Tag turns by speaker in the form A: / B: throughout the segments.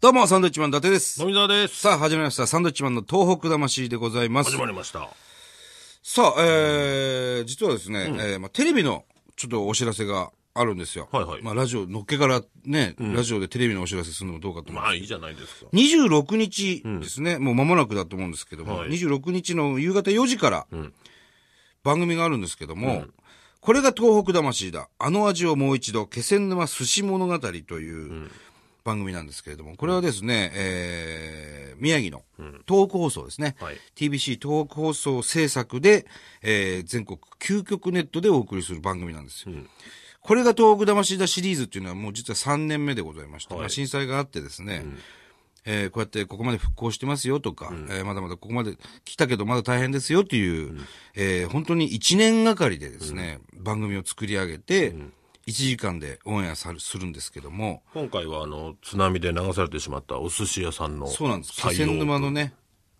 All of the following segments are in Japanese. A: どうも、サンドイッチマン伊達です。
B: 飲み沢です。
A: さあ、始まりました。サンドイッチマンの東北魂でございます
B: 始。まりました。
A: さあ、えー、実はですね、えーまあ、テレビのちょっとお知らせがあるんですよ。
B: はいはい
A: まあ、ラジオ、のっけからね、ラジオでテレビのお知らせするのもどうかと思う。
B: まあいいじゃないですか。
A: 26日ですね、もう間もなくだと思うんですけども、
B: はい
A: 26日の夕方4時から、番組があるんですけども、これが東北魂だ。あの味をもう一度、気仙沼寿司物語という番組なんですけれども、これはですね、えー、宮城の東北放送ですね。
B: はい
A: TBC 東北放送制作で、えー全国究極ネットでお送りする番組なんですよ。これが東北魂だシリーズっていうのはもう実は3年目でございまして、まあ震災があってですね、えーこうやってここまで復興してますよとか、えーまだまだここまで来たけどまだ大変ですよっていう、えー本当に1年がかりでですね、番組を作り上げて、1時間でオンエアさるするんですけども、
B: 今回はあの、津波で流されてしまったお寿司屋さんの。
A: そうなんです。気仙沼のね、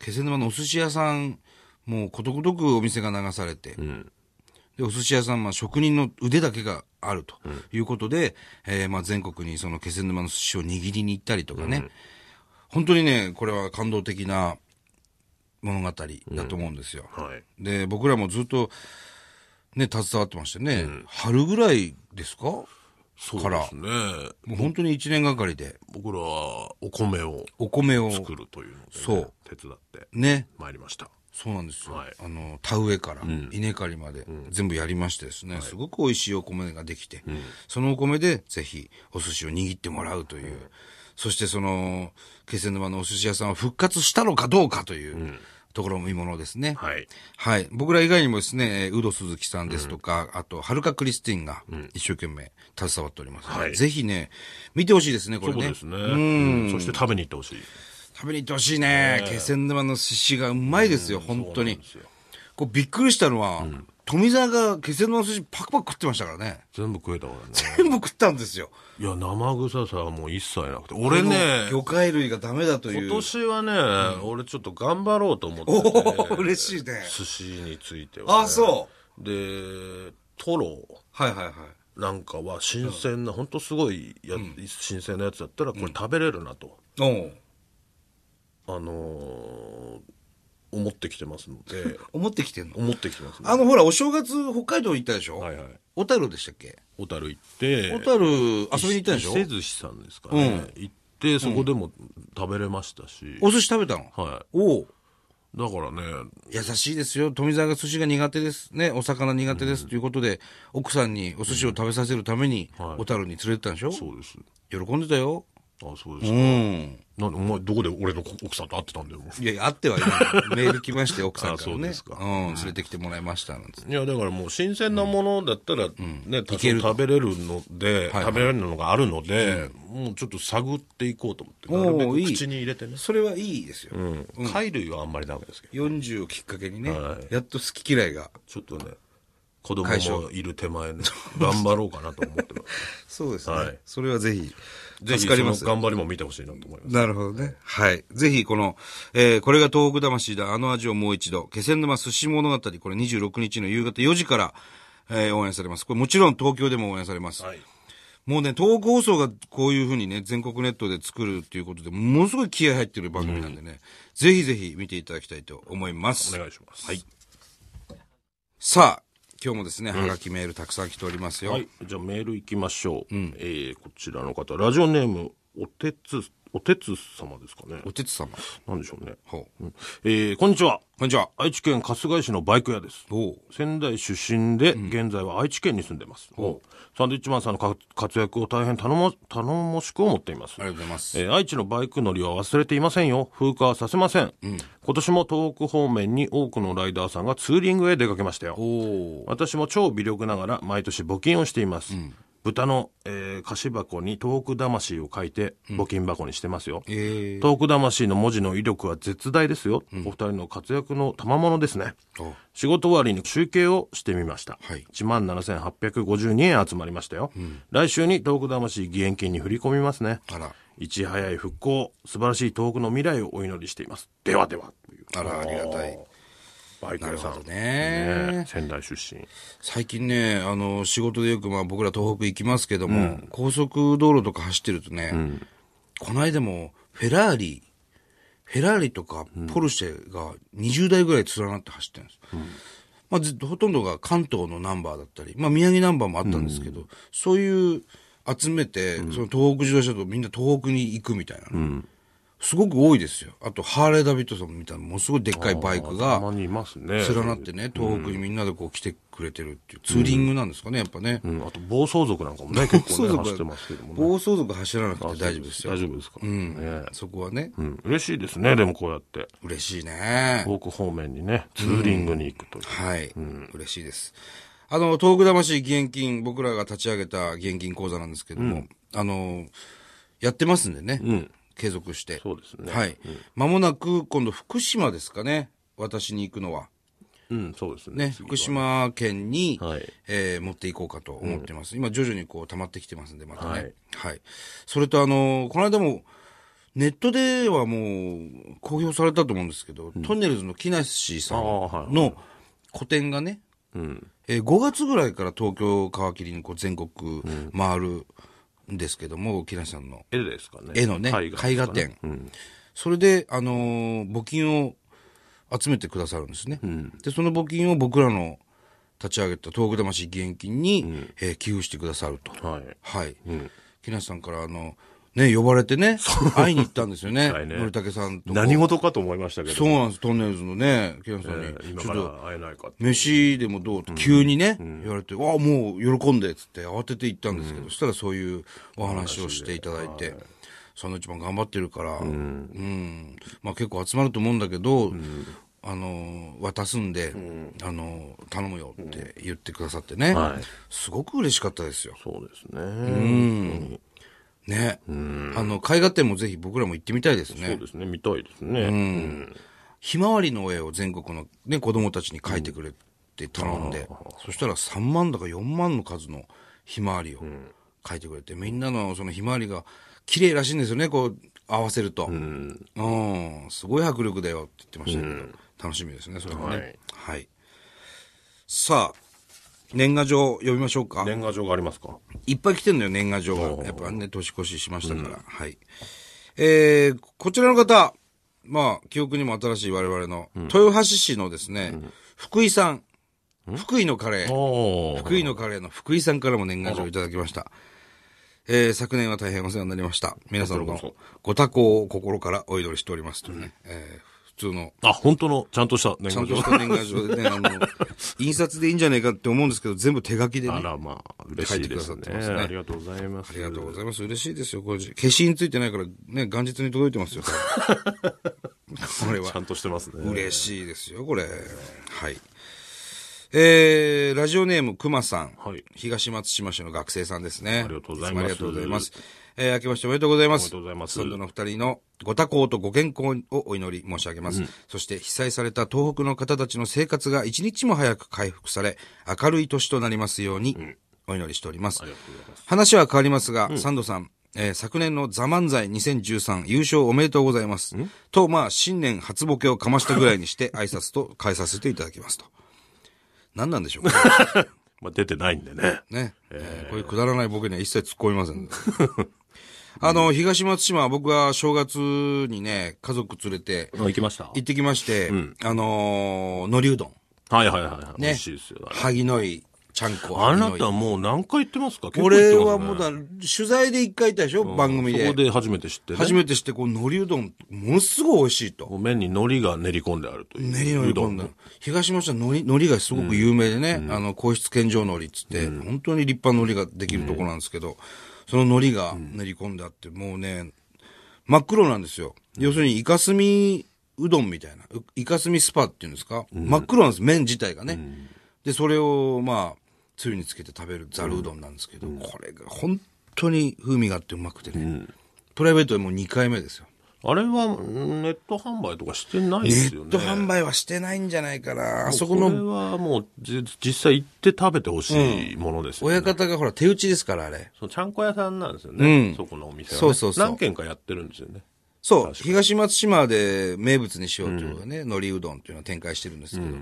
A: 気仙沼のお寿司屋さん、もうことごとくお店が流されて、で、お寿司屋さん、まあ職人の腕だけがあるということで、えーまあ全国にその気仙沼の寿司を握りに行ったりとかね、本当にね、これは感動的な物語だと思うんですよ。
B: はい。
A: で、僕らもずっと、ね、携わってましてね、春ぐらいですかも
B: そうですね。
A: う本当に1年がかりで、
B: 僕らはお米を
A: お米を、
B: 作るというので、ね、
A: そう
B: 手伝って
A: ね、
B: まいりました。
A: そうなんですよ。
B: はい
A: あの、田植えから、稲刈りまで、全部やりましてですね、すごく美味しいお米ができて、そのお米でぜひお寿司を握ってもらうという、そしてその、気仙沼のお寿司屋さんは復活したのかどうかという、ところも見ものですね。
B: はい。
A: はい。僕ら以外にもですね、えーウド鈴木さんですとか、あと、はるかクリスティンが一生懸命携わっております、
B: はい
A: ぜひね、見てほしいですね、これ
B: そう
A: ね。
B: ですね。うん。そして食べに行ってほしい。
A: 食べに行ってほしいね。気仙沼の寿司がうまいですよ、本当に。こうびっくりしたのは、富澤が気仙沼の寿司パクパク食ってましたからね。
B: 全部食えたからね。
A: 全部食ったんですよ。
B: いや、生臭さはもう一切なくて。俺ね、
A: 魚介類がダメだという。
B: 今年はね、俺ちょっと頑張ろうと思って、
A: お
B: ね。
A: ー嬉しいね。
B: 寿司については、ね。
A: あ、そう。
B: う。で、トロ。
A: はいはいはい。
B: なんかは新鮮な、ほんとすごいや、新鮮なやつだったらこれ食べれるなと、
A: おう
B: あのー思ってきてますの で
A: 思ってきてんの
B: 思ってきてますね
A: あのほら、お正月北海道行ったでしょ
B: はいはい
A: 小樽でしたっけ
B: 小樽行って
A: 小樽遊びに行ったでしょ
B: 伊勢寿司さんですかね、行ってそこでも食べれましたし、
A: お寿司食べたの
B: は
A: おう
B: いだからね
A: 優しいですよ。富澤が寿司が苦手です。ね、お魚苦手です。ということで、奥さんにお寿司を食べさせるために、
B: はい
A: 小樽に連れてったんでしょ
B: そうです
A: 喜んでたよ。
B: あそうです、
A: うん。
B: なんでお前どこで俺の奥さんと会ってたんだよもう
A: いやいや、あってはいない。メール来まして、奥さんからね。
B: あそうですか
A: うん、連れてきてもらいました、なんつって
B: いやだからもう新鮮なものだったらね、多
A: いけ
B: 少
A: る
B: 食べれるので、
A: はいはい
B: 食べれるのがあるので、もうちょっと探っていこうと思ってなるべ
A: おーいい
B: く口に入れてね
A: それはいいですよ。
B: うん貝類はあんまりダメですけど
A: 40をきっかけにね、
B: はい
A: やっと好き嫌いが。
B: ちょっとね子供
A: 解消
B: もいる手前ね頑張ろうかなと思ってま
A: そうですね。
B: はい
A: それはぜひ、
B: すぜひ
A: 助
B: そ
A: かり
B: の
A: ます。
B: 頑張りも見てほしいなと思います
A: なるほどね。はい。ぜひ、この、えー、これが東北魂だ、あの味をもう一度、気仙沼寿司物語、これ26日の夕方4時から、えー、応援されます。これもちろん東京でも応援されます。
B: はい
A: もうね、東北放送がこういうふうにね、全国ネットで作るっていうことで、ものすごい気合入ってる番組なんでね、ぜひぜひ見ていただきたいと思います。
B: お願いします
A: はいさあ、今日もですね、はがきメールたくさん来ておりますよ。
B: はいじゃあメール行きましょう、えーこちらの方ラジオネームおてつおてつ様ですかね
A: おてつ様。
B: なんでしょうね、
A: ほう。
B: うんえーこんにちは
A: こんにちは。
B: 愛知県春日井市のバイク屋です
A: おう。
B: 仙台出身で、現在は愛知県に住んでます。サンドイッチマンさんのか活躍を大変頼も頼もしく思っています。
A: ありがとうございます。
B: えー愛知のバイク乗りは忘れていませんよ。風化はさせません。今年も東北方面に多くのライダーさんがツーリングへ出かけましたよ。
A: おう。
B: 私も超微力ながら毎年募金をしています。豚の、えー菓子箱に東北魂を書いて募金箱にしてますよ。
A: えー、
B: 東北魂の文字の威力は絶大ですよ。お二人の活躍の賜物ですね。
A: お
B: 仕事終わりに集計をしてみました。
A: はい
B: 1万7852円集まりましたよ。来週に東北魂義援金に振り込みますね。
A: あら。
B: いち早い復興、素晴らしい東北の未来をお祈りしています。ではでは。という
A: あら、ありがたい。
B: バイク屋さ
A: な
B: ん。
A: るほどね
B: え仙台出身。
A: 最近ね、あの、仕事でよく、まあ僕ら東北行きますけども、高速道路とか走ってるとね、この間も、フェラーリ、フェラーリとかポルシェが20台ぐらい連なって走ってるんです。まあ、ずほとんどが関東のナンバーだったり、まあ、宮城ナンバーもあったんですけど、そういう集めて、その東北自動車道みんな東北に行くみたいな、すごく多いですよ。あと、ハーレー・ダビッドソンみたいな、ものすごいでっかいバイク
B: たま
A: が、
B: にいますね。
A: 連なってね、東北にみんなでこう来てくれてるっていう、ツーリングなんですかね、やっぱね。
B: うん、あと暴走族なんかも ね、結構ね、走ってますけどもね。
A: 暴走族走らなくて大丈夫ですよ。
B: 大丈夫ですか、うん、ね。
A: そこはね、
B: うん、嬉しいですね、でもこうやって。
A: 嬉しいね。
B: 東北方面にね、ツーリングに行くという。
A: はい、嬉しいです。あの、東北魂義援金、僕らが立ち上げた義援金講座なんですけども、あの、やってますんでね、継続して。
B: そうですね
A: はい。ま、もなく、今度福島ですかね、私に行くのは。
B: うん、そうですね。
A: ね、福島県に、
B: はい
A: えー持っていこうかと思ってます。今、徐々にこう、溜まってきてますんで、またね。は
B: はいい。
A: それと、あの、この間も、ネットではもう、公表されたと思うんですけど、トンネルズの木梨さん
B: あーはいはい
A: の個展がね、
B: うん。
A: えー5月ぐらいから東京皮切りにこう全国回るんですけども、木梨さんの
B: 絵ですかね。
A: 絵のね、
B: 絵
A: 絵
B: 画
A: 画,、
B: ですかね。
A: 展、それで、あのー募金を集めてくださるんですね。で、その募金を僕らの立ち上げた東北魂義援金に、えー寄付してくださると。
B: はい。
A: はい。木梨さんから、あの、ね、呼ばれてね、会いに行ったんですよ ね。
B: はいね
A: 森武さんとこ。
B: 何事かと思いましたけど。
A: そうなんです、トンネルズのね、木梨さんに。
B: えー今
A: ちょ
B: か
A: っと
B: ら会えないかって。
A: 飯でもどうって急にね、言われて、わあ、もう喜んでっつって慌てて行ったんですけど、そしたらそういうお話をしていただいて、サンドウィッチマン頑張ってるから、うん、まあ結構集まると思うんだけど、あの、渡すんで、あの、頼むよって言ってくださってね、
B: はい
A: すごく嬉しかったですよ。
B: そうですね。うん。
A: ね。あの、絵画展もぜひ僕らも行ってみたいです
B: そう
A: ね。
B: ですね、見たいですね。うん。
A: ひまわりの絵を全国の、ね、子供たちに描いてくれって頼んで、そしたら3万だか4万の数のひまわりを描いてくれて、みんなのそのひまわりが綺麗らしいんですよね、こう合わせると。うん、すごい迫力だよって言ってましたけど、楽しみですね、それはね。は
B: はいい。
A: さあ、年賀状読みましょうか。
B: 年賀状がありますか
A: いっぱい来てんのよ、年賀状が。やっぱね、年越ししましたから。はい。えー、こちらの方、まあ、記憶にも新しい我々の、豊橋市のですね、福井さん、福井のカレー、
B: お
A: 福井のカレーの福井さんからも年賀状いただきました。えー、昨年は大変お世話になりました。皆さん
B: こちら
A: の
B: こ
A: ご多幸を心からお祈りしておりますというね、えー普通の
B: あ、本当の、ちゃんとした年
A: ちゃ
B: 賀
A: んと
B: 状
A: し。た年賀状でね、あ の、印刷でいいんじゃないかって思うんですけど、全部手書きでね
B: あ。ら、まあ、嬉しいです
A: 書い
B: ね
A: てくださってますね
B: ありがとうございます。
A: ありがとうございます。嬉しいですよ。これ、消印ついてないから、ね、元日に届いて ますよ。これこれ
B: ちゃ
A: は。
B: んとしてますね。
A: 嬉しいですよ、これ。はい。えー、ラジオネーム、くまさん。
B: はい
A: 東松島市の学生さんですね。
B: ありがとうございます
A: つもありがとうございます。えー、明けましておめでとうございます。
B: おめでとうございます
A: 今度の二人のご多幸とご健康をお祈り申し上げます。そして、被災された東北の方たちの生活が一日も早く回復され、明るい年となりますように、お祈りしております。
B: ありがとうございます。
A: 話は変わりますが、サンドさん、えー昨年のザ・漫才2013優勝おめでとうございます。と、まあ、新年初ボケをかましたぐらいに して挨拶と変えさせていただきますと。何なんでしょうか
B: まあ、出てないんでね。
A: ね、えーこういうくだらないボケには一切突っ込みません。あの、東松島は僕は正月にね、家族連れて
B: 行きました
A: 行ってきまして、あのー、海苔うどん。
B: はいはいはいはい。美
A: ね
B: 味しいですよ。あれ
A: 萩の井、ちゃんこ。
B: あ
A: 萩
B: な
A: の井
B: たもう何回行ってますか結構行っ
A: 俺
B: てますね
A: はもうだ、取材で一回行ったでしょ、番組で。
B: そこで初めて知ってね。
A: 初めてして、こう、海苔うどん、ものすごい美味しいと。
B: もう麺に海苔が練り込んであるという。
A: 練りのり込んだ。東松島海苔、海苔がすごく有名でね、あの、皇室献上海苔っつって、本当に立派な海苔ができるところなんですけど、その海苔が練り込んであって、もうね、真っ黒なんですよ。要するに、イカスミうどんみたいな、うイカスミスパっていうんですか、真っ黒なんです、麺自体がね。で、それを、まあ、つゆにつけて食べるざるうどんなんですけど、これが本当に風味があってうまくてね、プライベートでもう2回目ですよ。
B: あれはうんネット販売とかしてないで
A: ネ
B: すよ
A: ッ
B: ね。
A: ト販売はしてないんじゃないかな。あそこ
B: これ
A: の
B: はもうじ実際行って食べてほしいものですよね。
A: 親方がほら手打ちですから、あれ。
B: そのちゃんこ屋さんなんですよね。
A: うん
B: そこのお店は、ね。
A: そうそうそう
B: 何軒かやってるんですよね。
A: そう、東松島で名物にしようということでね、海苔うどんっていうのを展開してるんですけど。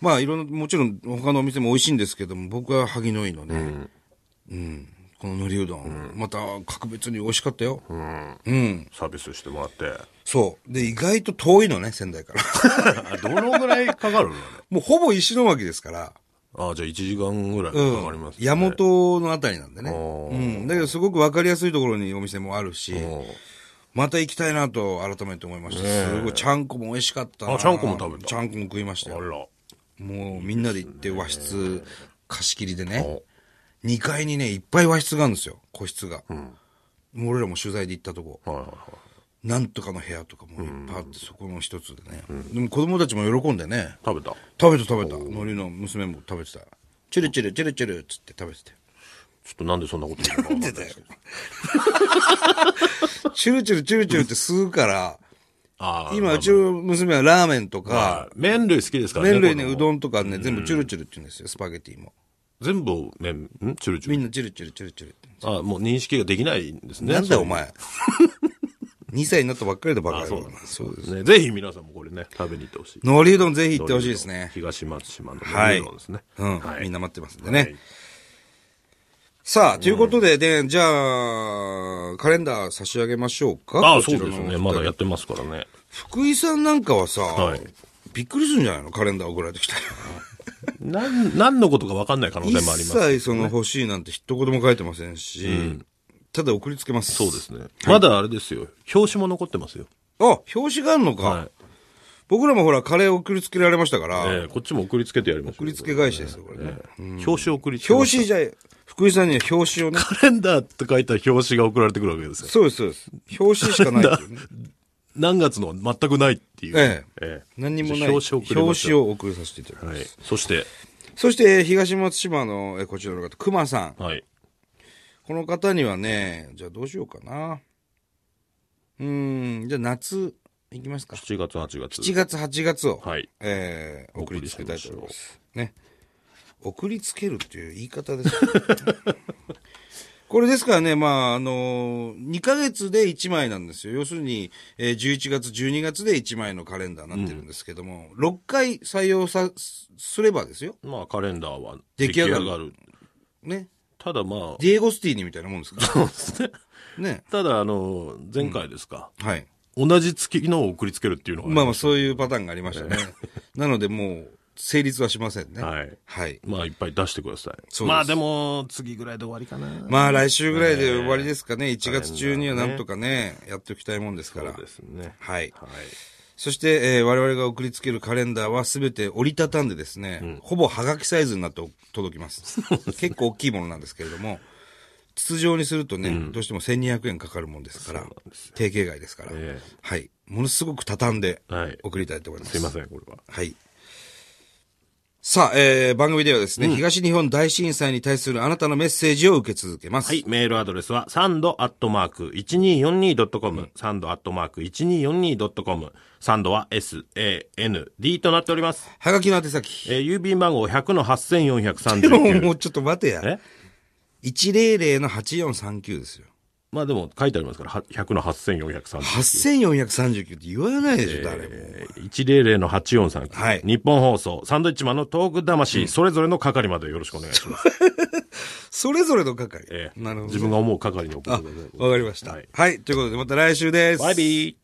A: まあ、いろんな、もちろん他のお店も美味しいんですけども、僕は萩の井のね、うん、この海苔うどん、また格別に美味しかったよ。
B: うん。
A: うん。
B: サービスしてもらって。
A: そう。で、意外と遠いのね、仙台 から。
B: あどのぐらいかかるの
A: もうほぼ石巻ですから。
B: あれあ、じゃあ1時間ぐらい
A: うん。
B: かかります、ね。
A: 山本のあたりなんでね。
B: お
A: う
B: ー
A: ん。だけどすごくわかりやすいところにお店もあるし、
B: うん
A: また行きたいなと改めて思いました。
B: ねえ
A: すごい、ちゃんこも美味しかったな。
B: あちゃんこも食べた
A: ちゃんこも食いましたよ。
B: あ
A: もうみんなで行って和室貸し切りで
B: ら。
A: ね
B: お、
A: 2階にね、いっぱい和室があるんですよ、個室が。
B: ん
A: もう俺らも取材で行ったとこ。
B: はいはいはい。
A: なんとかの部屋とかもいっぱいあって、そこの一つでね。でも子供たちも喜んでね、
B: 食べた。
A: 食べた食べた。海苔の娘も食べてた。チュルチュル、チュルチュルっつって食べてたよ。
B: ちょっとなんでそんなこと言うのか分かんないですけど。
A: チュルチュル、チュルチュルって吸うから、
B: ああ、
A: 今うちの娘はラーメンとか、
B: はい麺類好きですからね。
A: 麺類ね、
B: 子
A: う
B: 供
A: どんとかね、全部チュルチュルって言うんですよ、スパゲティも。
B: 全部麺、んチュルチュ
A: み
B: ル。
A: んなチュルチュル、チュルチュルって。
B: あもう認識ができないんですね。
A: なんだよお前。2歳になったばっかりでバカ
B: あ
A: 野
B: そう
A: 郎
B: なんです
A: そうです。
B: ね、ぜひ皆さんもこれね、食べに行ってほしい。
A: 海苔うどんぜひ行ってほしいですね。
B: 東松島の
A: はい
B: 海苔うどんですね。
A: うん
B: は。い
A: みんな待ってますんでね
B: い。
A: さあ、ということで、で、じゃあ、カレンダー差し上げましょうか。
B: ああ、
A: こ
B: そ
A: ち
B: う
A: ら
B: で
A: の
B: す
A: お二
B: ね。
A: 人
B: まだやってますからね。
A: 福井さんなんかはさ
B: はい、
A: びっくりするんじゃないのカレンダー送られてきたら。
B: なん、何のことか分かんない可能性
A: 一
B: もあります。
A: 切その欲しいなんて一言も書いてませんし、ただ送りつけます。
B: そうで。すね。まだあれですよ。表紙も残ってますよ。
A: あ、表紙があるのか
B: は。
A: 僕らもほら、カレー送りつけられましたか
B: い。え
A: ら、
B: えこっちも送りつけてやりましょう。
A: 送りつけ返しですよ、これね。
B: 表紙送りつけま
A: 表
B: した
A: 紙じゃ、福井さんには表紙をね、
B: カレンダーって書いた表紙が送られてくるわけですよ。
A: そうです、そうです。表紙しかないって いうね。
B: 何月の全くないっていう。
A: え
B: ええ
A: 何にもない。
B: 表紙送りま
A: 表
B: し
A: 紙
B: ょう。
A: を送りさせていただきます。
B: はい。そして、
A: そして、東松島の、えこちらの方、熊さん。
B: はい。
A: この方にはね、じゃあどうしようかな。うーん、じゃあ夏、いきますか。
B: 7月、8月。
A: 7月、8月を、
B: はい。
A: えー、送りつけたいと思います。ね。送りつけるっていう言い方です、 ね。これですからね、まあ、あのー、2ヶ月で1枚なんですよ。要するに、えー11月、12月で1枚のカレンダーになってるんですけども、6回採用さ、すすればですよ。
B: まあ、カレンダーは
A: 出
B: 出
A: 来
B: 来
A: 上
B: 上
A: が
B: が
A: る
B: る。
A: ね。
B: ただまあ、
A: ディエゴスティーニみたいなもんですから。
B: そうですね。
A: ね。
B: ただ、あの、前回ですか、
A: はい。
B: 同じ月のを送りつけるっていうのが
A: まあまあ、そういうパターンがありました ね。なので、もう、成立はしませんね。
B: あ
A: はい。
B: はい。まあ、いっぱい出してください。
A: そうです
B: まあ、でも、次ぐらいで終わりかな。
A: まあ来週ぐらいで終わりですかね。1
B: カレンダー
A: 月中にはなんとかね、やっておきたいもんですから
B: そう。ですね。
A: はい。
B: はい。
A: そして、えー我々が送りつけるカレンダーはすべて折りたたんでですね、ほぼハガキサイズになって届きます。結構大きいものなんですけれども、筒状にするとね、どうしても1200円かかるもんですから、定型外ですから、
B: え
A: はい。ものすごく畳んで
B: はい。
A: 送りたいと思います。
B: すいません、これは。
A: はい。さあ、えー番組ではですね、東日本大震災に対するあなたのメッセージを受け続けます。
B: はい、メールアドレスは、サンドアットマーク 1242.com、サンドアットマーク 1242.com、サンドは SAND となっております。
A: はがきの宛先。
B: えー、郵便番号
A: でも
B: 100-8439。
A: もうちょっと待てや。
B: え
A: 100の8439ですよ。
B: まあでも書いてありますから、は100-8439。
A: 8439って言わないでしょ、誰も。
B: えー100の8439、
A: はい
B: 日本放送、サンドイッチマンのトーク魂、それぞれの係までよろしくお願いします。
A: それぞれの係。
B: え ー
A: なるほど。
B: 自分が思う係に送ってください。
A: わかりました。は
B: はいい。
A: ということで、また来週です。
B: バイビー。